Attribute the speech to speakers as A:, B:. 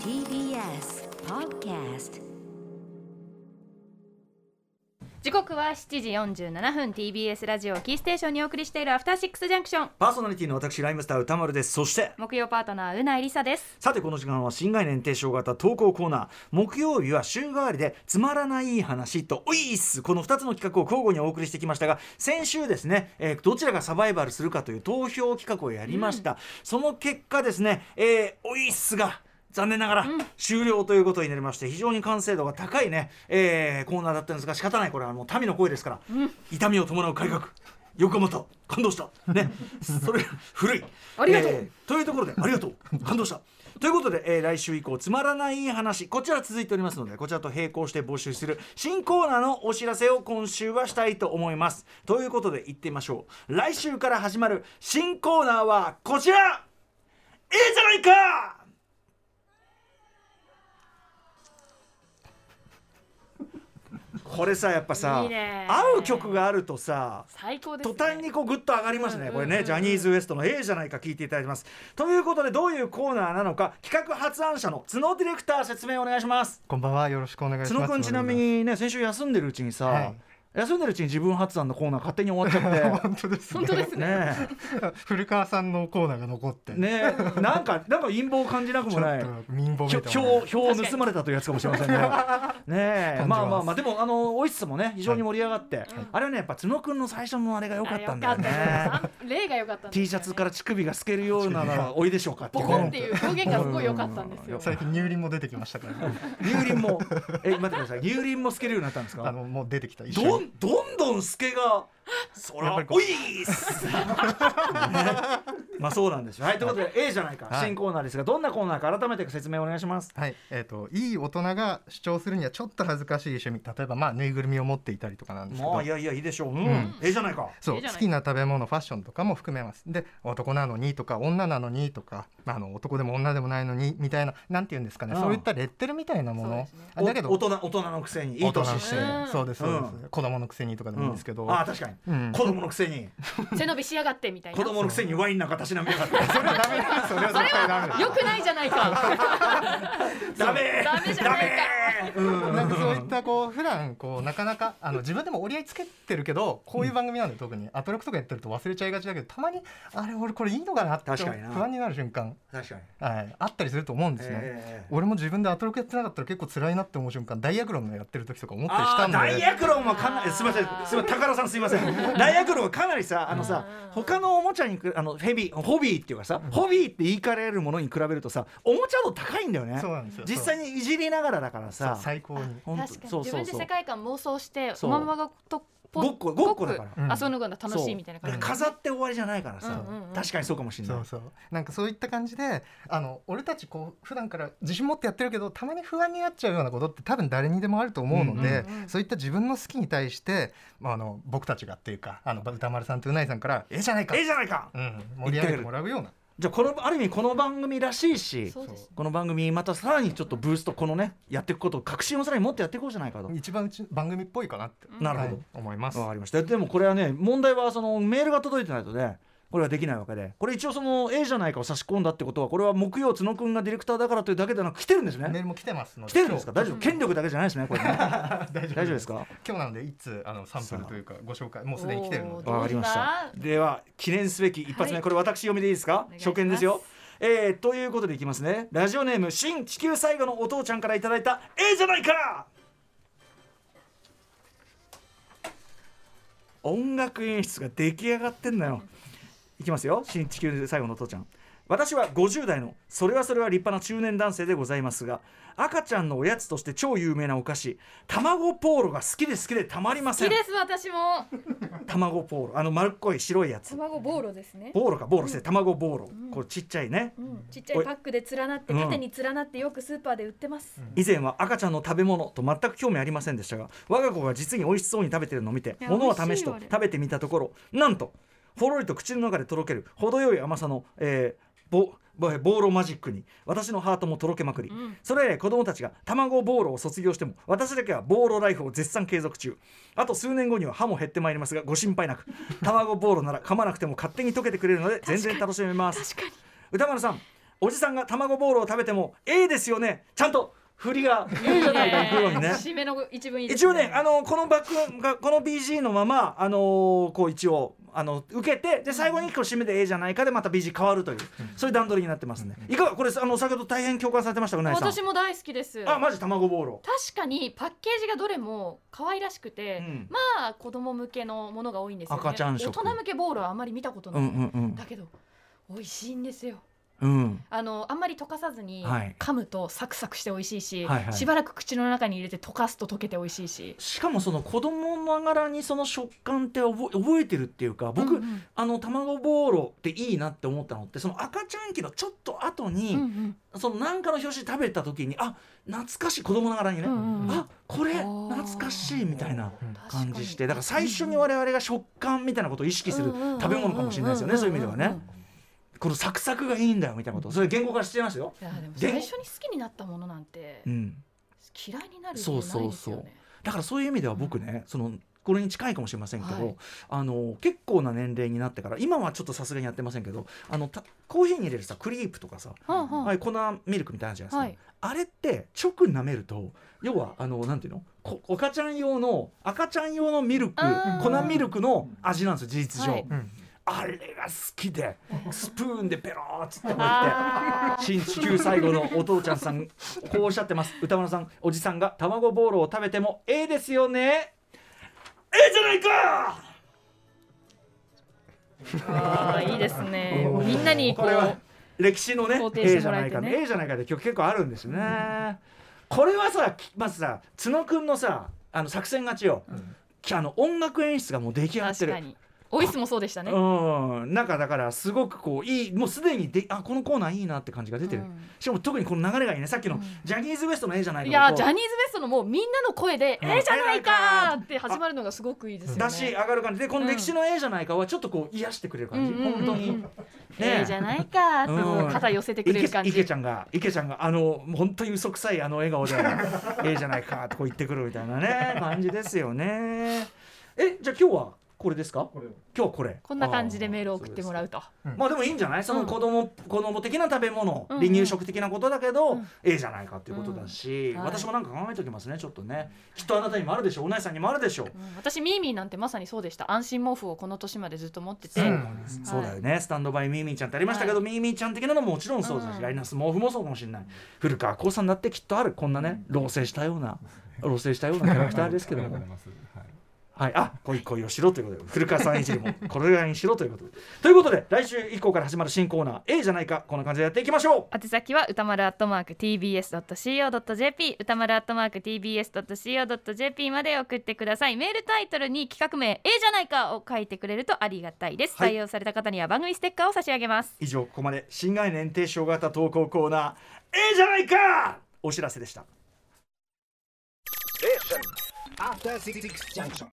A: TBS Podcast
B: 時刻は7時47分 TBS ラジオをキーステーションにお送りしているアフターシックスジャンクション
C: パーソナリティの私ライムスター歌丸ですそして
B: 木曜パートナーうないりさです
C: さてこの時間は新概念提唱型投稿コーナー木曜日は週替わりでつまらない話とおいっすこの2つの企画を交互にお送りしてきましたが先週ですね、えーどちらがサバイバルするかという投票企画をやりました、その結果ですね、えーおいっすが残念ながら終了ということになりまして非常に完成度が高いね、えーコーナーだったんですが仕方ないこれはもう民の声ですから、痛みを伴う改革横本感動したねそれ古い
B: ありがとう
C: というところでありがと う感動したということで、えー来週以降つまらない話こちら続いておりますのでこちらと並行して募集する新コーナーのお知らせを今週はしたいと思いますということで行ってみましょう来週から始まる新コーナーはこちらいいじゃな いかこれさやっぱさ
B: いいね
C: 合う曲があるとさ
B: 最高です、
C: 途
B: ね、
C: 端にこうグッと上がりますね、
B: うん
C: これね、
B: うん
C: ジャニーズ WEST の A じゃないか聞いていただきますということでどういうコーナーなのか企画発案者の角ディレクター説明お願いします
D: こんばんは、よろしくお願いします。
C: 角君ちな みにね先週休んでるうちにさ、
D: はい
C: 休んでるうちに自分発案のコーナー勝手に終わっちゃって
D: 本当です
B: 本
D: ね。
B: 当ですね
C: ね
D: 古川さんのコーナーが残って。
C: え ねえなんかなんか陰謀を感じなく
D: ち
C: も
D: ょ
C: な
D: っ
C: い
D: と民放みたいな。
C: 票票を盗まれたというやつかもしれませんね。ねえ
D: 感じま
C: ま
D: す
C: あまあまあでもあのオイシスもね非常に盛り上がって、あれはねやっぱ角君の最初のあれが良かったんだよね。
B: 例が良かったんですよね
C: T シャツから乳首が透けるようなのはおいでしょうかってい
B: ボ
C: う
B: コンっ
C: ね
B: ていう表現がすごい良かったんですよ
D: 最近乳輪も出てきましたから、
C: 乳輪もえ待ってください乳輪も透けるようになったんです
D: あ
C: か
D: のもう出てきた。一緒
C: ど
D: に
C: んどんどん透けがそ
D: やっぱ
C: ら
D: りこう
C: おいっす、ねまあそうなんですよはいということで A じゃないか
D: はい
C: 新コーナーですがどんなコーナーか改めて説明お願いします
D: はい、えっ、といい大人が主張するにはちょっと恥ずかしい趣味、例えばまあぬいぐるみを持っていたりとかなんですけど。
C: もういやいやいいでしょううん、
D: ん
C: A じゃないか
D: そ
B: いいうじゃない
D: 好きな食べ物ファッションとかも含めますで男なのにとか女なのにとか、まあ、あの男でも女でもないのにみたいななんて言うんですかね
C: うん
D: そういったレッテルみたいなも
B: そう
D: の
B: ですね
D: あだけど
C: お大人大人のくせにいい
D: 大
C: 年
D: 人
C: し
D: のく
C: て
D: せに
B: うん
D: そうですそうです、
C: う
D: 子供のくせにとかでもいいんですけど、
C: うんああ確かに、
D: うん
C: 子供のくせに
B: 背伸びしやがってみたいな
C: 子供のくせにワインなんかたしなみやがって
D: それはダメだそれは絶対ダメだ
B: 良くないじゃないか
C: ダメ
B: ダメじゃないか
C: ダメうん
D: なんかそういったこう普段こうなかなかあの自分でも折り合いつけてるけどこういう番組なんで特にアトロクとかやってると忘れちゃいがちだけどたまにあれ俺これいいのかなって
C: 確かにな
D: 不安になる瞬間、
C: 確かに
D: はい、あったりすると思うんですね。
C: ええ
D: 俺も自分でアトロクやってなかったら結構辛いなって思う瞬間ダイアクロンのやってる時とか思ったりし
C: あ
D: た
C: あーダ
D: ん
C: イ
D: で
C: ヤクロンはかなりすみませんすみません高田さんすみません ダイヤクロンはかなりさあのさ他のおもちゃにくあのヘビホビーっていうかさホビーって言いかれるものに比べるとさおもちゃの高いんだよね
D: そうなんですよ
C: 実際にいじりながらだから
D: そう
C: さ
D: 最高に
C: ほんと
B: 確かに
C: そう
B: 自
C: そ
B: 分
C: う
B: で
C: そう
B: 世界観妄想して
C: そ
B: おま
C: う
B: まがとぽ
C: ごっこごっこだから
B: ごっこ遊ぶのが楽し
C: そ
B: いうみたいな感じ
C: だから飾って終わりじゃないからさ
B: うんうんうん
C: 確かにそうかもしれ
D: そ
C: ないう
D: そうなんかそういった感じであの俺たちこう普段から自信持ってやってるけどたまに不安になっちゃうようなことって多分誰にでもあると思うので、
B: うんうんうん
D: そういった自分の好きに対して、まあ、あの僕たちがっていうかあの歌丸さんとうないさんから「ええじゃないか!
C: ええじゃないか
D: うん」盛り上げてもらうような
C: じゃあこのある意味この番組らしいし
B: そうですね
C: この番組またさらにちょっとブーストこのねやっていくことを確信をさらに持ってやっていこうじゃないかと
D: 一番うち番組っぽいかなって、
C: なるほど
D: はい思います。
C: わかりましたでもこれはね問題はそのメールが届いてないとねこれはできないわけでこれ一応その A じゃないかを差し込んだってことはこれは木曜角君がディレクターだからというだけではなく来てるんです
D: メー
C: ね
D: ルも来てますので
C: 来てるんですか
D: 今
C: 大丈夫権力だけじゃないですねこれね
D: 日大
C: 大
D: 丈
C: 丈夫ですか
D: 今日なのでいつあのサンプルというかご紹介もうすでに来てるので
B: おー
C: わかりました
B: ど
C: では記念すべき一発目、
B: はい
C: これ私読みでいいですか
B: 願いします
C: 初見ですよえー、ということでいきますねラジオネーム新地球最後のお父ちゃんからいただいた A じゃないか音楽演出が出来上がってんだよいきますよ新地球最後のお父ちゃん私は50代のそれはそれは立派な中年男性でございますが赤ちゃんのおやつとして超有名なお菓子卵ポーロが好きで好きでたまりま
B: 好
C: せ
B: き
C: ん
B: です私も
C: 卵ポーロあの丸っこい白いやつ
E: 卵ボーロですね。
C: ボーロかボーロして卵ボーロ、これちっちゃいね
E: うん、ちっちゃいパックで連なって
C: おい
E: 縦に連なってよくスーパーで売ってます。
C: 以前は赤ちゃんの食べ物と全く興味ありませんでしたが我が子が実に美味しそうに食べてるのを見て
E: いや
C: 物は試しと
E: 美味しいよあれ
C: 食べてみたところなんとほろりと口の中でとろける程よい甘さの、えーぼぼボーロマジックに私のハートもとろけまくり、
B: ん
C: それ以来子供たちが卵ボーロを卒業しても私だけはボーロライフを絶賛継続中あと数年後には歯も減ってまいりますがご心配な く卵ボーロなら噛まなくても勝手に溶けてくれるので全然楽しめます歌丸さんおじさんが卵ボールを食べても A ですよねちゃんと振りがいいじゃ ないか行くようにね
E: 締めの一文いいです
C: 一応ねあのこのバックがこの BG のままあのーこう一応あの受けてで最後に一個締めで A じゃないかでまた BG 変わるというそういう段取りになってますねいかがこれあの先ほど大変共感されてましたうなぎさん
F: 私も大好きです
C: あマジ卵ボール
F: 確かにパッケージがどれも可愛らしくて、
C: うん
F: まあ子供向けのものが多いんですよね
C: 赤ちゃん
F: 大
C: 食
F: 人向けボールはあんまり見たことな
C: う
F: い、
C: んうん
F: だけど美味しいんですよ
C: うん
F: あのあんまり溶かさずに
C: はい
F: 噛むとサクサクして美味しいし、
C: はいはい
F: しばらく口の中に入れて溶かすと溶けて美味しいし
C: しかもその子供ながらにその食感って覚え覚えてるっていうか僕、
F: うんうん
C: あの卵ボーロっていいなって思ったのってその赤ちゃん期のちょっと後に、
F: うんうん
C: そのなんかの表紙食べた時にあ懐かしい子供ながらにね、
F: うんうん
C: あこれ
F: あー
C: 懐かしいみたいな
D: うん
F: 確かに
C: 感じしてだから最初に我々が食感みたいなことを意識する
F: うんうんうん
C: 食べ物かもしれないですよねそういう意味では
F: うんうん
C: ねこのサクサクがいいんだよみたいなことそれ言語化してましたよ。
F: いやでも
C: で
F: 最初に好きになったものなんて
C: うん
F: 嫌いになるってないですよね
C: そうそうそうだからそういう意味では僕ね、そのこれに近いかもしれませんけど、
F: はい
C: あの結構な年齢になってから今はちょっとさすがにやってませんけどあのたコーヒーに入れるさクリープとかさ、
F: はあはあ
C: あれ粉ミルクみたいなのあるじゃないですか、
F: はい
C: あれって直舐めると要はあのなんていうのこ赤ちゃん用の赤ちゃん用のミルク
F: あー
C: 粉ミルクの味なんですよ事実上、
F: はい
D: うん
C: あれが好きでスプーンでペローっつってこうやって。
F: あ
C: 新地球最後のお父ちゃん さんこうおっしゃってます歌丸さんおじさんが卵ボールを食べてもええですよねええじゃないか
F: ーあーいいです ねみんなにこ
C: これは
F: う
C: 歴史のね
F: 肯定
C: え
F: し
C: え
F: て
C: じゃ
F: もら
C: な
F: え
C: い
F: て
C: か
F: ね
C: ねええじゃないかって曲結構あるんですよねこれはさきまずさ角くんのさあの作戦勝ちよ、きあの音楽演出がもう出来上がって
F: 確
C: る
F: かにオイスもそうでしたね
C: うんなんかだからすごくこういいもうすでにであこのコーナーいいなって感じが出てる、
F: うん
C: しかも特にこの流れがいいねさっきの
F: うん
C: ジャニーズ WEST の絵じゃない
F: い
C: の
F: や
C: こう
F: ジャニーズ WEST のもうみんなの声で「
C: うん
F: ええじゃないか!」って始まるのがすごくいいですよね。
C: だし上がる感じでこの歴史の絵じゃないかはちょっとこう癒してくれる感じ、
F: うんうんうんうん
C: 本当に、
F: ええじゃないかってこ
C: うん
F: う肩寄せてくれ
C: 池
F: る感
C: 池
F: じ
C: ち。ゃんが池ちゃんがあの本当に嘘くさいあの笑顔で「ええじゃないか」とこう言ってくるみたいな ね感じですよねえじゃあ今日はこれですか今日はこれ
F: こんな感じでメールを送ってもらうと。
C: まあでもいいんじゃないその子供、子供的な食べ物、
F: うんうん
C: 離乳食的なことだけど、
F: うん
C: ええじゃないかっていうことだし、
F: うんはい
C: 私もなんか考えておきますねちょっとねきっとあなたにもあるでしょうお姉さんにもあるでしょう、
F: うん私ミーミーなんてまさにそうでした安心毛布をこの年までずっと持ってて、
D: うん
C: そうだよね、スタンドバイミーミーちゃんってありましたけど、
F: は
C: ミーミーちゃん的なのももちろんそうだし、
F: うん
C: ライナス毛布もそうかもしれない古川光さんだってきっとあるこんなね老成したような老成したようなキャラクターですけども
G: ありがとうございますはい
C: はい、あ恋恋をしろということで古川さん演じるもこれぐらいにしろということでということで来週以降から始まる新コーナー「A じゃないか」こんな感じでやっていきましょう
B: 宛先は歌丸アットマーク TBS.CO.JP 歌丸アットマーク TBS.CO.JP まで送ってくださいメールタイトルに企画名「ええじゃないか」を書いてくれるとありがたいです、
C: はい
B: 採用された方には番組ステッカーを差し上げます
C: 以上ここまで新概念提唱型投稿コーナー「A じゃないか」お知らせでした
H: After Six Junction.